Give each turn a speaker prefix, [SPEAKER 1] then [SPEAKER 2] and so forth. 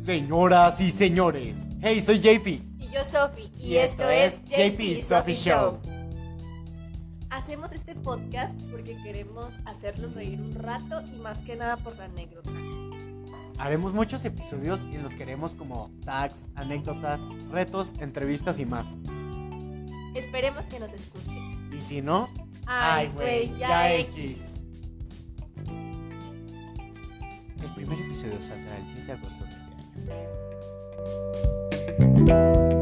[SPEAKER 1] Señoras y señores, hey, soy JP.
[SPEAKER 2] Y yo, Sofi. Y, esto, es JP Sofi Show. Hacemos este podcast porque queremos hacerlos reír un rato y más que nada por la anécdota.
[SPEAKER 1] Haremos muchos episodios en los que haremos como tags, anécdotas, retos, entrevistas y más.
[SPEAKER 2] Esperemos que nos escuchen.
[SPEAKER 1] Y si no, El primer episodio saldrá el 10 de agosto de este año.